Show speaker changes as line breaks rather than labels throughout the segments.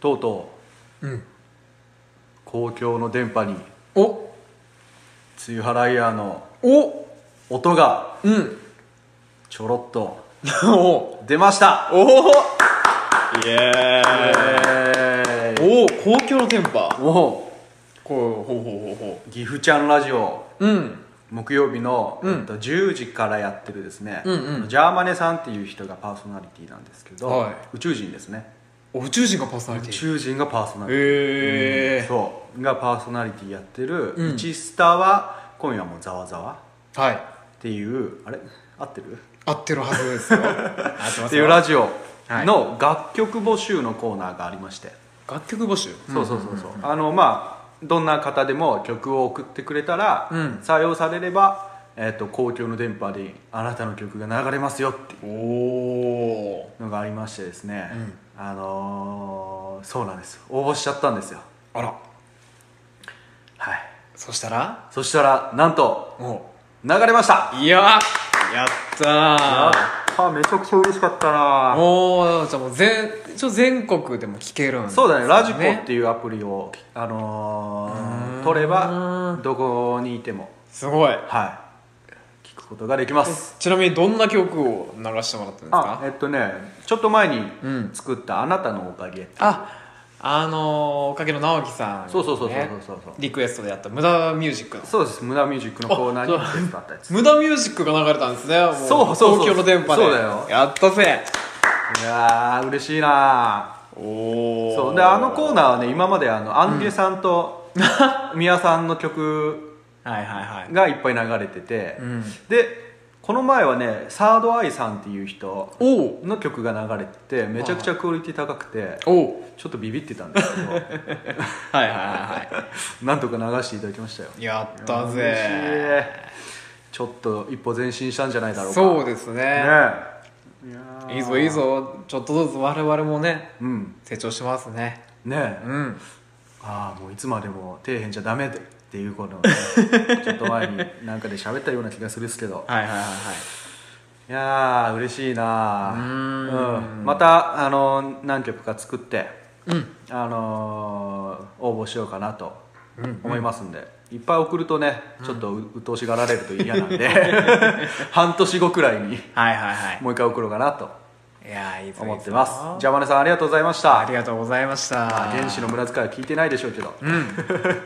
とうと
うん
う公共の電波に
お
梅雨払いヤーの
お
音が
うん
ちょろっと
お
出ました
おお
イエーイ
えー
おお公共の電波
も
こうほうほうほうほ
う岐阜ちゃんラジオ
ううん
木曜日の、
うん
えっと、10時からやってるですね、
うんうん
ジャーマネさんっていう人がパーソナリティなんですけど、
はい
宇宙人ですね
お宇宙人がパーソナリ
宇
ティ
宙人がパーソナリティ、
へえ
そうがパーソナリティやってる「
うん
うち、スタ」は今夜も「ざわざわ」
はい
っていうあれ合ってる
合ってるはず ですよ合ってま
っていうラジオの楽曲募集のコーナーがありまして、
楽曲募集
そうそうそうそう,、あのまあどんな方でも曲を送ってくれたら、
うん
採用されれば、えっと公共の電波であなたの曲が流れますよってい
おお
うのがありましてですね、あのーそうなんですよ応募しちゃったんですよ
あら
はい
そしたら
そしたらなんと
お
流れました
いややった
あめちゃくちゃ嬉しかったな
おおじゃあもう全一応全国でも聞けるんです
そうだね、ラジコっ
いう
ていうアプリを、あのー
うーん
取ればどこにいても、
すごい
はい、聞くことができます
ちなみにどんな曲を流してもらったんです
あ
か
えっとねちょっと前に
うん
作った「あなたのおかげ」
ああのー、おかげの直樹さん、ね、
そうそうそうそうそうそう
リクエストでやった無駄ミュージック
そうです無駄ミュージックのコーナーにゲストあったやつ
無駄ミュージックが流れたんですねも
そうそうそう
東京の電波で
そうだよ
やったぜ
いやー嬉しいな
おお
そうであのコーナーはね今まであのアンデュさん と宮さんの曲
はいはいはい
がいっぱい流れてて、
うん
でこの前はねサードアイさんっていう人
おお
の曲が流れててめちゃくちゃクオリティ高くて
おお
ちょっとビビってたんですけ ど
はいはいはいは
なんとか流していただきましたよ
いやったぜ
嬉しいちょっと一歩前進したんじゃないだろうか
そう
で
です
ね
ね
いやー
いいぞいいぞちょっとずつ我々もね
うん
成長してますね
ねえ
うん
ああもういつまでも底辺じゃダメでっていうことを ねちょっと前になんかで喋ったような気がするんですけど
はいはいはいはい
いやー嬉しいなあ
うーん
またあの何曲か作って
うん
あのー応募しようかなと
うんうん
思いますんで、いっぱい送るとねちょっとう鬱陶しがられると嫌なんで 半年後くらいに
はいはいはい
もう一回送ろうかなと
いやーいいぞ
思って
いいぞ
ますじゃあマネさんありがとうございまし
あ
た
りがとうございました
原始の無駄遣いは聞いてないでしょうけど、
うん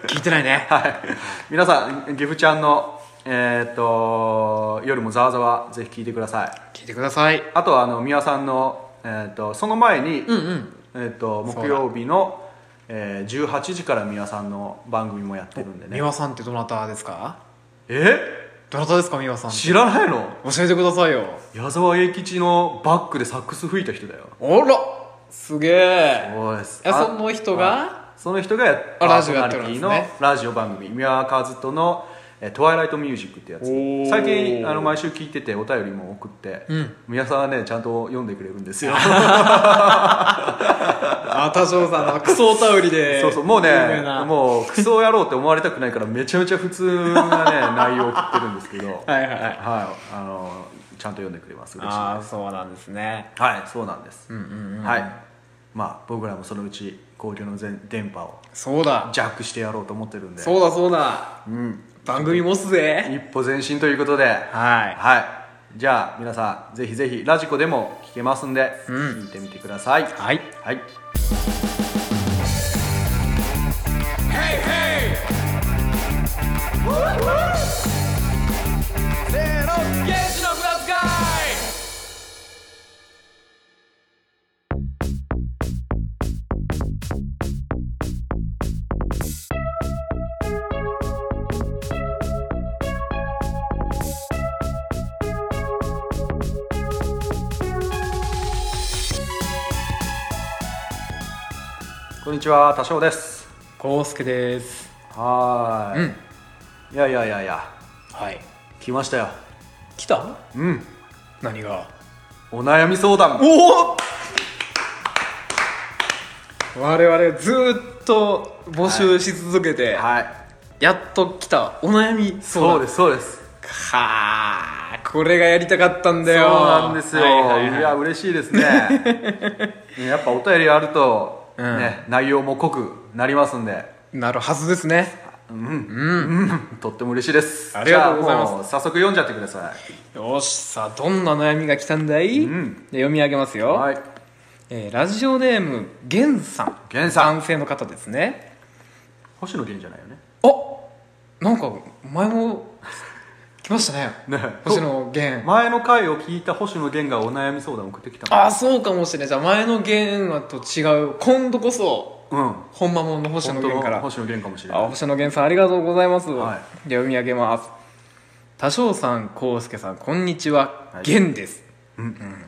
聞いてないね
はい 皆さん岐阜ちゃんのえーっと夜もざわざわぜひ聞いてください
聞いてください
あとはあの宮さんの、えーっとその前に、
うんうん
えーっと
そうだ
木曜日の、えー18時から宮さんの番組もやってるんで
美
ね
輪さんってどなたですか
え
どなたですか美輪さんって
知らないの
教えてくださいよ
矢沢永吉のバックでサックス吹いた人だよ
あらすげえ
そうです
え
あ
その人が
あその人がや
あラジオやってるん
パ
で
ー
す
ソ
ね
ナリティのラジオ番組三輪和人の「えートワイライトミュージック」ってやつ
おー
最近あの毎週聞いててお便りも送って、
うん
皆さんはねちゃんと読んでくれるんですよ
あ田翔さんのクソおたうり で
そうそうもう
有名
ね
な
もうクソやろうって思われたくないからめちゃめちゃ普通なね内容を送ってるんですけどはい
はいはいはい
あのちゃんと読んでくれます嬉しい
あ
で
あそうなんですね
すはいそうなんです、
うんうんうん
はいまあ僕らもそのうち公共の全電波を
そうだ
ジャックしてやろうと思ってるんで
そうだそうだ
うん
番組持つぜ
一歩前進ということでは
はい
じゃあ皆さんぜひぜひラジコでも聞けますんで、
うん
聞いてみてくださいはい、
はい
こんにちは多少です
コウスケです
はーい、
うん
いやいやいやいや
はい
来ましたよ
来た
うん
何が
お悩み相談
おお我々ずーっと募集し続けて、
はい
やっと来たお悩み相
そう
談
ですそうです
はあこれがやりたかったんだ
そう
よ
なんですよ、
はい
い
はいはい
や嬉しいですねねやっぱお便りあると
うん
ね、内容も濃くなりますんで、
なるはずですね
うん、うん、とっても嬉しいです。
ありがとうございます
じゃあもう早速読んじゃってくださ
よしさあどんな悩みが来たんだい、
ん
で読み上げます
い。
よ、
はい。
えーラジオネームゲンさん
ゲンさん
男性の方ですね
星野源じゃないよね。
あなんか前も来ましたね
ね
星野源
前の回を聞いた星野源がお悩み相談を送ってきたの。
ああそうかもしれないじゃあ前の源はと違う今度こそ
うん。
本間もんの星野源か
本
ら
当の星野源かもしれ
あ
ない。
星野源さんありがとうございます、
はい
で読み上げます多少さん康介さんこんにちは
はい
源、です、
うん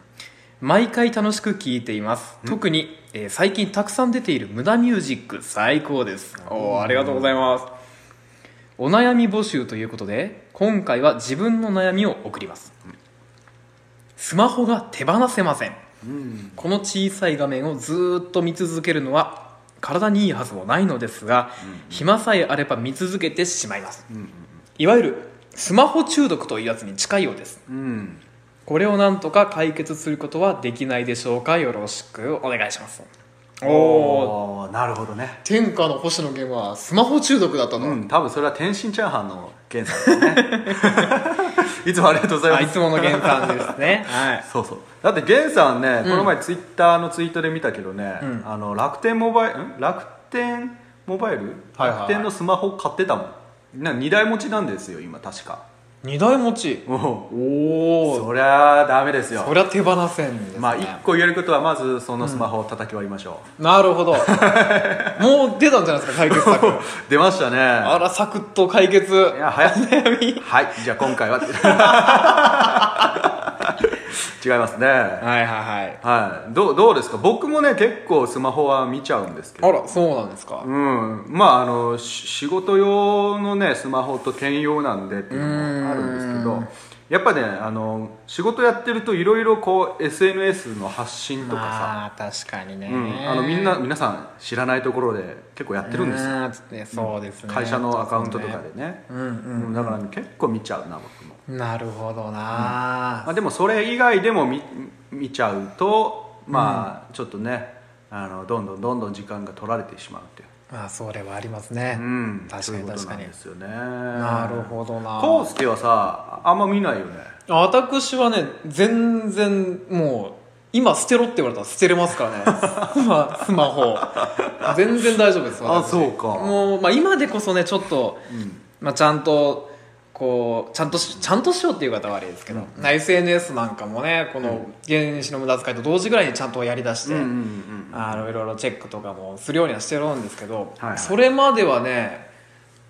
毎回楽しく聞いています、特に、えー最近たくさん出ている無駄ミュージック最高ですおーありがとうございますお悩み募集ということで今回は自分の悩みを送ります、スマホが手放せません
うん。
この小さい画面をずーっと見続けるのは体にいいはずもないのですが、暇さえあれば見続けてしまいます、
ん
いわゆるスマホ中毒というやつに近いようです
うん。
これをなんとか解決することはできないでしょうかよろしくお願いしますおお
おーなるほどね。
天下の星野源はスマホ中毒だったの、
うん、多分それは天津チャーハンの源さんだね。 いつもありがとうございま
あ
す。
いつもの源さんですね はい
そうそうだって源さんね、この前ツイッターのツイートで見たけどね、
ん
あの楽天モバイルん楽天モバイル、
はいはいはい
楽天のスマホ買ってたもんな2台持ちなんですよ今確か
二台持ち
もう
おお
そりゃダメですよ
そりゃ手放せんですね
まあ1個言えることはまずそのスマホを叩き割りましょ
なるほ どもう出たんじゃないですか解決策
う、 出ましたね
あらサクッと解決
いや早っ
悩み
はいじゃあ今 回は違いますね
はいはいはい
はいどうどうですか僕もね結構スマホは見ちゃうんですけど
あらそうなんですか
うん、まああのし仕事用のねスマホと兼用なんでっていうのもあるんですけ
う
どやっぱねあの仕事やってるといろいろこう SNS の発信とかさ、
まあ確かにね、
うん、あのみんな皆さん知らないところで結構やってるんですよ、
よねそうですね
会社のアカウントとかでね
うんうん
うんだからね、結構見ちゃうな僕も、
なるほどな、
まあ、でもそれ以外でも見見ちゃうとまあ、ちょっとねあのどんどんどんどん時間が取られてしまうっていう
まあそれはありますね、
うん、
確かに確かに
そういうことなんですよね
なるほどな
コウスケはさあんま見ないよね
私はね全然もう今捨てろって言われたら捨てれますから ねまあスマホ全然大丈夫です
あ
私
そうか
もう、まあ、今でこそねちょっと、まあ、ちゃんとこうちゃんとしちゃんとしようっていう方はあれですけど、まあ SNS なんかもねこの原子の無駄遣いと同時ぐらいにちゃんとやりだして、
ん
あのいろいろチェックとかもするようにはしてるんですけど、
はいはい
それまではね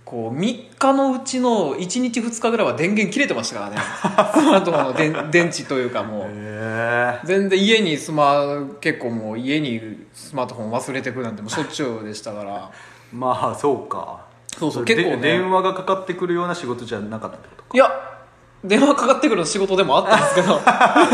こう3日のうちの1日2日ぐらいは電源切れてまし たからねスマートフォンの電電池というかも
へ
う
え
全然家にスマ結構もう家にスマートフォン忘れてくなんてもうしょっちゅうでしたから
まあそうか
そうそう
で
結構ね
電話がかかってくるような仕事じゃなかったってこと
いや電話かかってくる仕事でもあったんです けど
か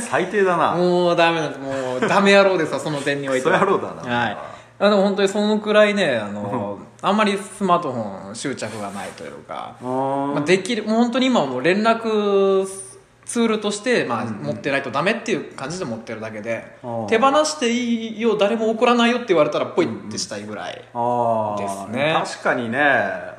最低だな
もうダメなんですもうダメ野郎でさその点において
そ
は
やろうだな
はい、あでも本当にそのくらいねあの、 あんまりスマートフォン執着がないというか、
うーん
まあ、できるもう本当に今はもう連絡ツールとして、まあ、持ってないとダメっていう感じで持ってるだけで、
うん
手放していいよ誰も怒らないよって言われたらポイってしたいぐらい、
あ
で
あ、
すね
確かにね、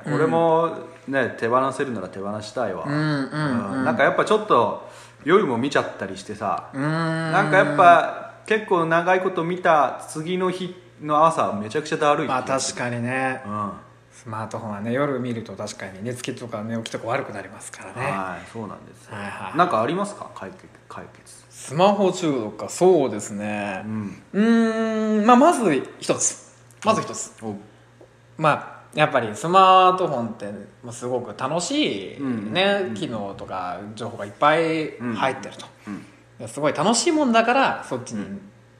俺もね手放せるなら手放したいわ、
うん、うんうん
うんなんかやっぱちょっと夜も見ちゃったりしてさ、
うーん
なんかやっぱ結構長いこと見た次の日の朝めちゃくちゃだるい
まあ確かにね
に、うん
スマートフォンはね夜見ると確かに寝つきとか寝起きとか悪くなりますからね、
はいそうなんですよ
はいはい
なんかありますか解決解決
スマホ中毒かそうですね
うん
うーん、まあ、まず一つまず一つ
お
まあやっぱりスマートフォンってまあすごく楽しい、
うん
ね機能とか情報がいっぱい入ってると、
うん
すごい楽しいもんだからそっちに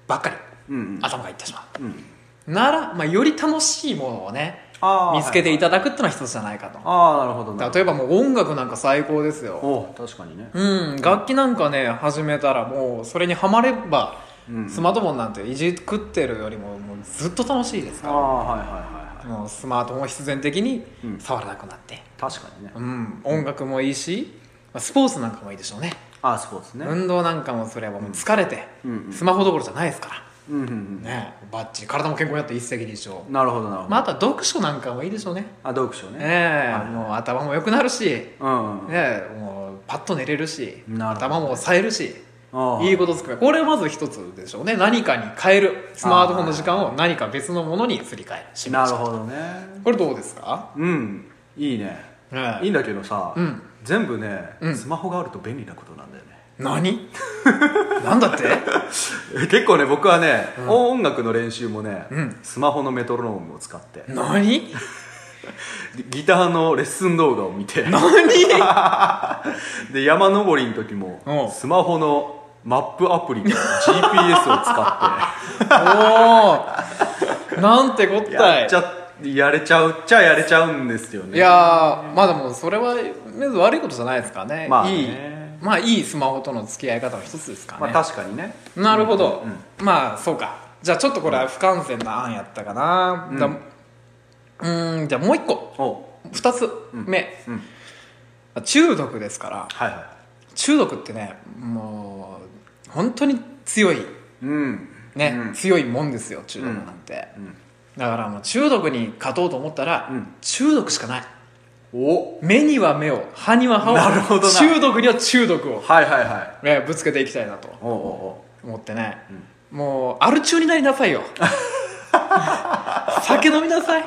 ばっかり
うん
頭がいってしま
うんうん
うなら、まあ、より楽しいものをね
あー
見つけてい
は
ただくっていうのは一つじゃないか
い
と
はいああなるほどなるほ
例えばもう音楽なんか最高ですよ
どお確かにね
うん、楽器なんかね始めたらもうそれにはまれば、
うん
スマートフォンなんていじくってるよりももうずっと楽しいです
あ
か
あはいはいはいは
らもうスマートフォンを必然的に
うん
触らなくなって、
い確かにね
うん、音楽もいいしまあスポーツなんかもいいでしょうね
ああスポーツね
運動なんかもそれはもう疲れて、
うんうん
スマホどころじゃないですから
うんうん
ねバッチリ体も健康になって一石二鳥
うんなるほどなるほど、
まあ、あとは読書なんかもいいでしょうね
あ読書ね
ね
はい
もう頭も良くなるし、
うんうん
ねもうパッと寝れるし
なるほど
頭も冴えるし
ああ
いいことつくこれまず一つでしょうね何かに変えるスマートフォンの時間を何か別のものにすり替えるし
な
ま
る
しょう
ほどね
これどうですか、
うんいいね
ね
いいんだけどさ、
うん
全部ね、
うん
スマホがあると便利なことなんだよね
何 なんだって
結構ね僕はね、音楽の練習もね、
うん
スマホのメトロノームを使って
何
ギターのレッスン動画を見て
何
で山登りの時
お
も
う
スマホのマップアプリと GPS を使
おおなんてこっ
って
たい
やっちゃやれちゃうっちゃやれちゃうんですよね
いやーまあでもそれはまず悪いことじゃないですかね,、
まあね
いいまあいいスマホとの付き合い方の一つですから
ま
ね、
あ確かにね
なるほど、
うんうん
まあそうかじゃあちょっとこれは不完全な案やったかな、
うん
だうーんじゃあもう一個
おう
二つ目、
うん
中毒ですから
はいは
中毒ってねもう本当に強い
いうん
ね、
うん
強いもんですよ中毒なんて、
うん
だからもう中毒に勝とうと思ったら、
うん
中毒しかない
お
目には目を歯には歯を
なるほどな
中毒には中毒を、
はいはいはい
ねぶつけていきたいなと
おうお
思ってね、もうアル中になりなさ いよ酒飲みなさい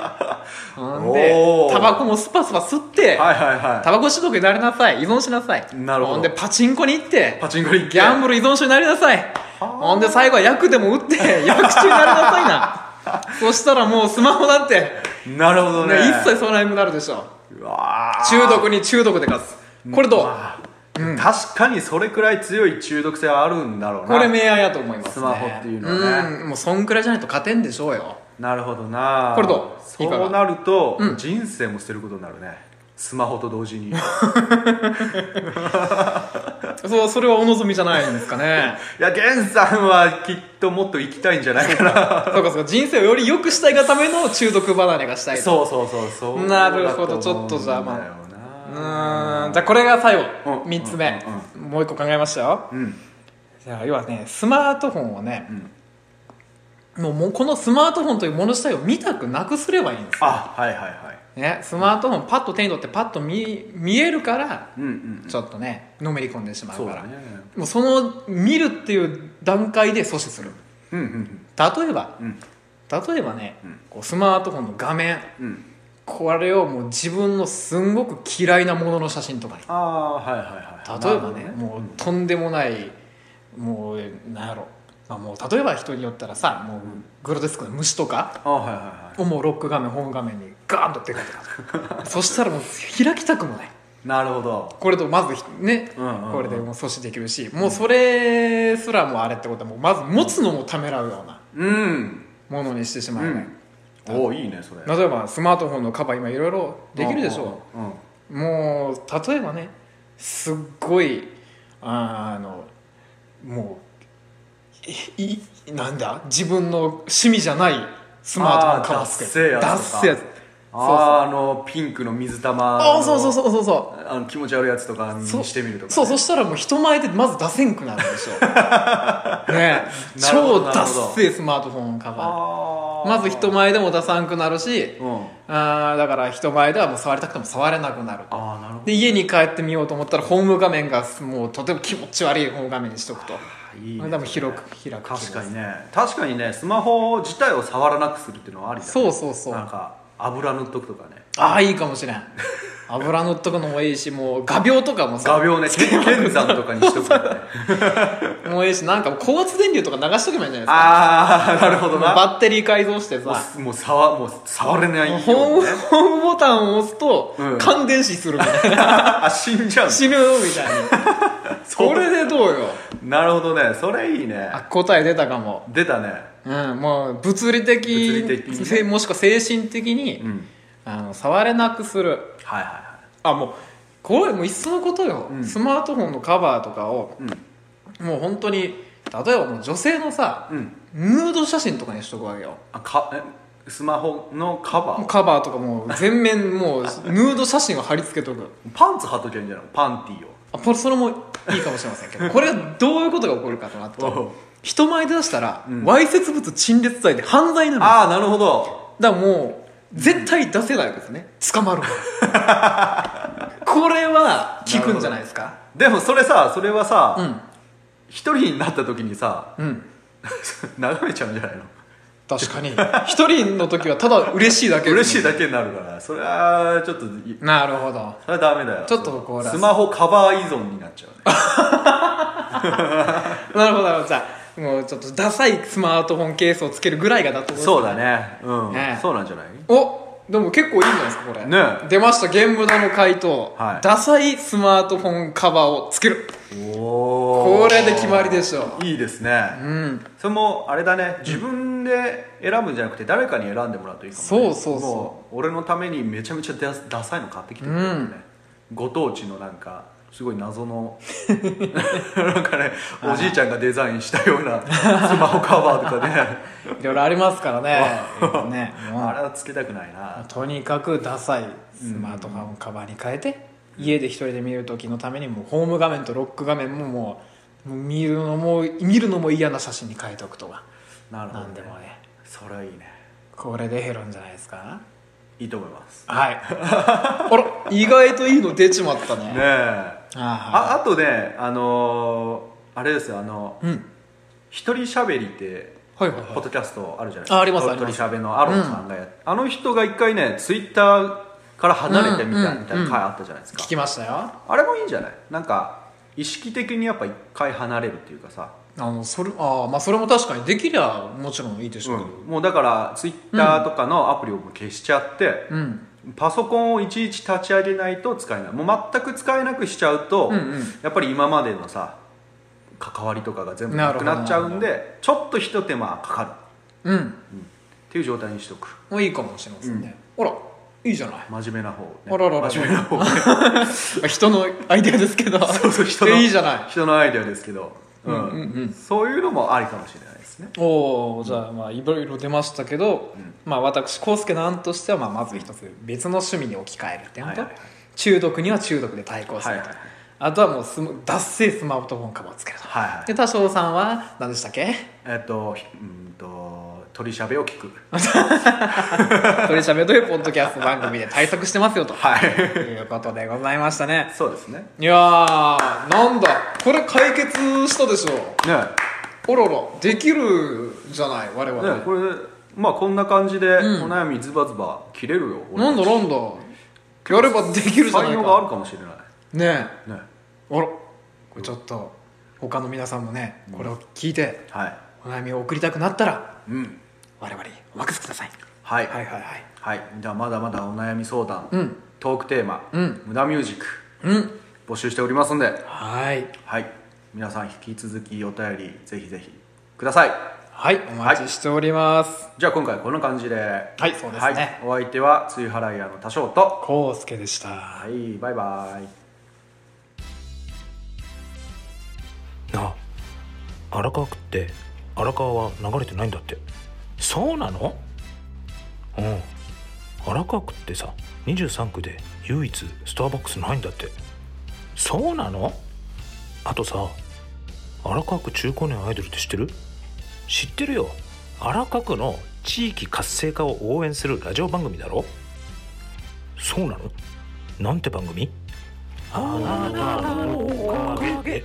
ほんで
おー
タバコもスパスパ吸って、
うはいはいは
タバコ中毒になりなさい依存しなさい
なるほど
んでパチンコに行って
いパチンコに行って
ギャンブル依存症になりなさいほんで最後は薬でも打 って薬中になりなさいなそしたらもうスマホだって、ね、
なるほどね
一切そうなくなるでしょ
うわー
中毒に中毒で勝つこれどう、
まあ確かにそれくらい強い中毒性はあるんだろうな
これ明暗やと思います、ね、
スマホっていうのはね
うんもうそんくらいじゃないと勝てんでしょうよ
なるほどな
これどういかが
そうなると、
うん
人生も捨てることになるねスマホと同時にい
そうそれはお望みじゃないんですか ね
や源さんはきっともっと生きたいんじゃないかな
そうかそうか人生をより良くしたいがための中毒離れがしたいと
そうそうそうそう
なるほどちょっとじゃあまあうーんじゃあこれが最後
うん
3つ目
う
もう1個考えましたよ
うん
じゃあ要はねスマートフォンをねもうもうこのスマートフォンというもの自体を見たくなくすればいいんですよ、
あはいはいはい
ね、スマートフォンパッと手に取ってパッと見見えるから
うんうん
ちょっとねのめり込んでしま
そう
うか
だ
ら
ね
もうその見るっていう段階で阻止する
うんうん
例えば
うん
例えばね、
うん
こうスマートフォンの画面
うん
これをもう自分のすんごく嫌いなものの写真とかに
ああはいはいはい
例えばね
なるほど
もうとんでもないもうなんやろ、まあ、もう例えば人によったらさもうグロテスクな虫とか
あはいはいは
をもうロック画面ホーム画面にガーンとでかでか とそしたらもう開きたくもない
いなるほど
これとまずひね、
うんうんうん
これでもう阻止できるしもうそれすらもうあれってことはもうまず持つのもためらうような
うん
ものにしてしまえない、
うんおおいいねそれ
例えばスマートフォンのカバー今いろいろできるでしょ
うんうんうん
うもう例えばねすっごいあーあのもういいなんだ自分の趣味じゃないスマートフォンカバーつけ
あーダッセーやつとか
ダッセーやつそうそう
あーあのピンクの水玉
あ
の
ーそうそうそうそうそう
あの気持ち悪いやつとかに
そ
してみるとかね、
そうそしたらもう人前でまず出せんくなる でしょね
なるほ
超
ど
ダッセースマートフォンカバ
あー
ーまず人前でも出さんくなるし
うんあ
あーだから人前ではもう触りたくても触れなくなる
あなるほど
で家に帰ってみようと思ったらホーム画面がもうとても気持ち悪いホーム画面にしとくと
あいい
で
ね
も広く開く
確かにね確かにねスマホ自体を触らなくするっていうのはありだ、ね、
そうそうそう
なんか油塗っとくとかね
ああいいかもしれん油塗っとくのもいいしもう画鋲とかもさ
画鋲ね剣山とかにしとくと かね
もういいしなんか高圧電流とか流しとけばいいんじゃないですか
ああなるほどな
バッテリー改造してさ
もうもう触もう触れないように
ホーム、
ね、
ホームボタンを押すと、
うん
感電死するみたいな。
あ死んじゃう
死ぬみたいな。 それでどうよ。
なるほどねそれいいね
あ、答え出たかも。
出たね
うん、もう物理的、
物理的にね
せもしくは精神的に、
うん
あの、触れなくする。
はいはいは
あ、もう、これもういっそのことよ、
うん
スマートフォンのカバーとかを
い、うん
もう本当に、例えばもう女性のさ、
うん、
ヌード写真とかにしとくわけよ。
あかえスマホのカバー
カバーとかもう全面もうヌード写真を貼り付けとく。
パンツ貼っときゃいいんじゃないのパンティーを
あこれそれもいいかもしれませんけどこれがどういうことが起こるかとなると
おう
人前で出したらわいせつ物陳列罪で犯罪なのよ
ああなるほど
だからもう絶対出せないわけですね捕ま るわこれは効くんじゃないですか
でもそれさそれはさ、
うん
一人になった時にさ
うん
眺めちゃうんじゃないの
確かに一人の時はただ嬉しいだけ
嬉しい
だ
だけになるからそれはちょっとい
なるほど
それはダメだよ
ちょっとこう
スマホカバー依存になっちゃうね
なるほどなるほどじゃあもうちょっとダサいスマートフォンケースをつけるぐらいが妥当です
そうだねうん
ね
そうなんじゃない
おでも結構いいんじゃないですかこれ
ねえ
出ました玄武田の回答、
はい
ダサいスマートフォンカバーをつける
お
これで決まりでしょ
いいですね、
ううん
それもあれだね自分で選ぶんじゃなくて誰かに選んでもらうといいかも、ね、
そうそうそう
もう俺のためにめちゃめちゃダダサいの買ってきてくれるよね、ご当地のなんかすごい謎の なんかねおじいちゃんがデザインしたようなスマホカバーとかね
いろいろありますからねねも
あ
う
れはつけたくないな
とにかくダサいスマートフォンカバーに変えて、家で一人で見る時のためにもうホーム画面とロック画面ももうもう見るのも見るのも嫌な写真に変えておくとか
なるほど、
な
ね、
んでもね
それはいいね
これでヘロンじゃないですか
いいと思います
はいあら意外といいの出ちまったね
ねえ
あ
ああとねあのーあれですよあの
あうん
一人しゃべりって
はいはい
ポ
は
ッドキャストあるじゃないです
あありますあります
鳥取しゃべのアロンさんがやっあの人が一回ねツイッターから離れてみた
うん
いみたいな回あったじゃないです
い
か、
聞きましたよ
あれもいいんじゃないなんか意識的にやっぱ一回離れるっていうかさ、
あのそれああまあそれも確かにできりゃもちろんいいでしょうけど
もうだからツイッターとかのアプリをもう消しちゃって、
うん、
パソコンをいちいち立ち上げないと使えないもう全く使えなくしちゃうと、
うんうん
やっぱり今までのさ関わりとかが全部なくなっちゃうんでちょっとひと手間かかる
うん
っていう状態にしとく
もういいかもしれませんね、あらいいじゃない
真面目な方、ね、
あらららら
真面目な方 ね
まあ人のアイデアですけど
そうそう人の
いいじゃない
人のアイデアですけど、うん
うんうん
そういうのもありかもしれないですね
おおじゃあまあいろいろ出ましたけど、まあ、私康介の案としてはまあまず一つ別の趣味に置き換えるってこと、
はいはいはい
中毒には中毒で対抗すると、
はいはいはい
あとはもうスマ脱製スマートフォンカバーをつけると、
はいはい
で多少さんは何でした っけ
えっとひうんと取りしゃべを聞く
取りしゃべというポッドキャスト番組で対策してますよと、
はい
ということでございましたね
そうですねね
いやーなんだこれ解決したでしょおろろできるじゃない我々、
ねこれまあこんな感じでお
うん
悩みズバズバ切れるよ、俺
なんだなんだやればできるじゃな
才
い
能があ
か
るかもしれない
ねえ
ね
あらこれちょっと他の皆さんもねこれを聞いて
はい
お悩みを送りたくなったら
うん
我々にお任せください
はい
は
はいい、
はいはい
じゃあまだまだお悩み相談、
うん
トークテーマ、
うん
無駄ミュージック
うん
募集しておりますんで
はい
はい皆さん引き続きお便りぜひぜひください
はいお待ちしております
じゃあ今回こんな感じではい
そうですね
お相手は露払い屋の多少と
康介でした、
はいバイバイ
なあ荒川区って荒川は流れてないんだってそうなのうん荒川区ってさ23区で唯一スターバックスないんだってそうなのあとさ荒川区中高年アイドルって知ってる知ってるよ荒川区の地域活性化を応援するラジオ番組だろそうなのなんて番組あなたのおかげで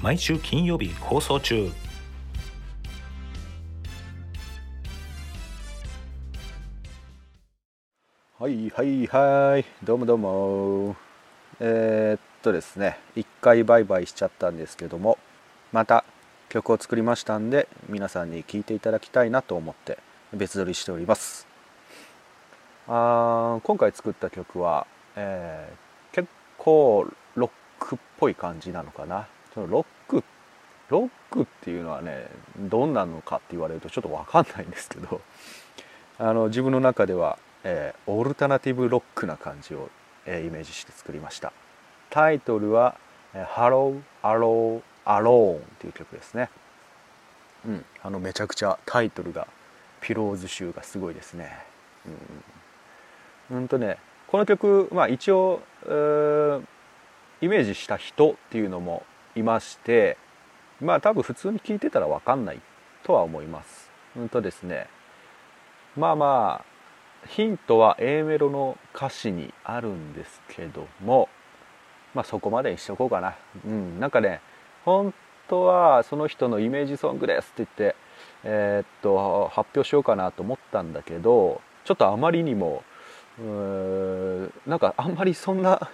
毎週金曜日放送中
はいはいはいどうもどうもえー、っとですね一回バイバイしちゃったんですけどもまた曲を作りましたんで皆さんに聴いていただきたいなと思って別撮りしておりますあー今回作った曲は、えー結構ロックっぽい感じなのかなそのロックロックっていうのはねどんなのかって言われるとちょっと分かんないんですけどあの自分の中では、えーオルタナティブロックな感じを、えーイメージして作りましたタイトルは「えー Hello Alone Alone」っていう曲ですねうんあのめちゃくちゃタイトルがピローズ集がすごいですねうんうんとねこの曲まあ一応うーイメージした人っていうのもいましてまあ多分普通に聞いてたら分かんないとは思いますうんとですねまあまあヒントは A メロの歌詞にあるんですけどもまあそこまでにしとこうかなうんなんかね本当はその人のイメージソングですって言ってえーっと発表しようかなと思ったんだけどちょっとあまりにもうーんなんかあんまりそんな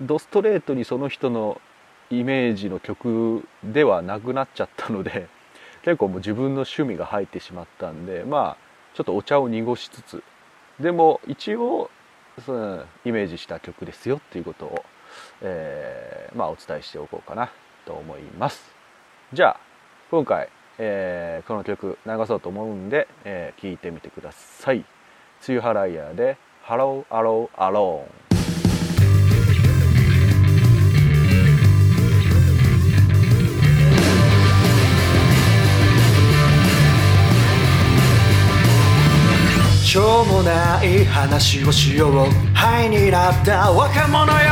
ドストレートにその人のイメージの曲ではなくなっちゃったので結構もう自分の趣味が入ってしまったんでまあちょっとお茶を濁しつつでも一応そのイメージした曲ですよっていうことを、えーまあ、お伝えしておこうかなと思いますじゃあ今回、えーこの曲流そうと思うんで、えー聞いてみてください「梅雨ハライヤー」で「ハローアローアローン」
しょうもない話をしようハイになった若者よ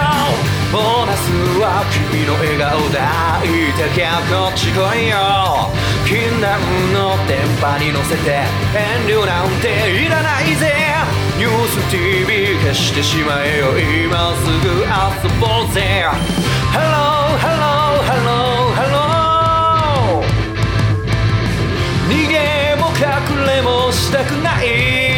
ボーナスは君の笑顔だいいだけこっち来いよ禁断の電波に乗せて遠慮なんていらないぜニュース TV 消してしまえよ今すぐ遊ぼうぜ Hello, hello, hello, hello 逃げも隠れもしたくない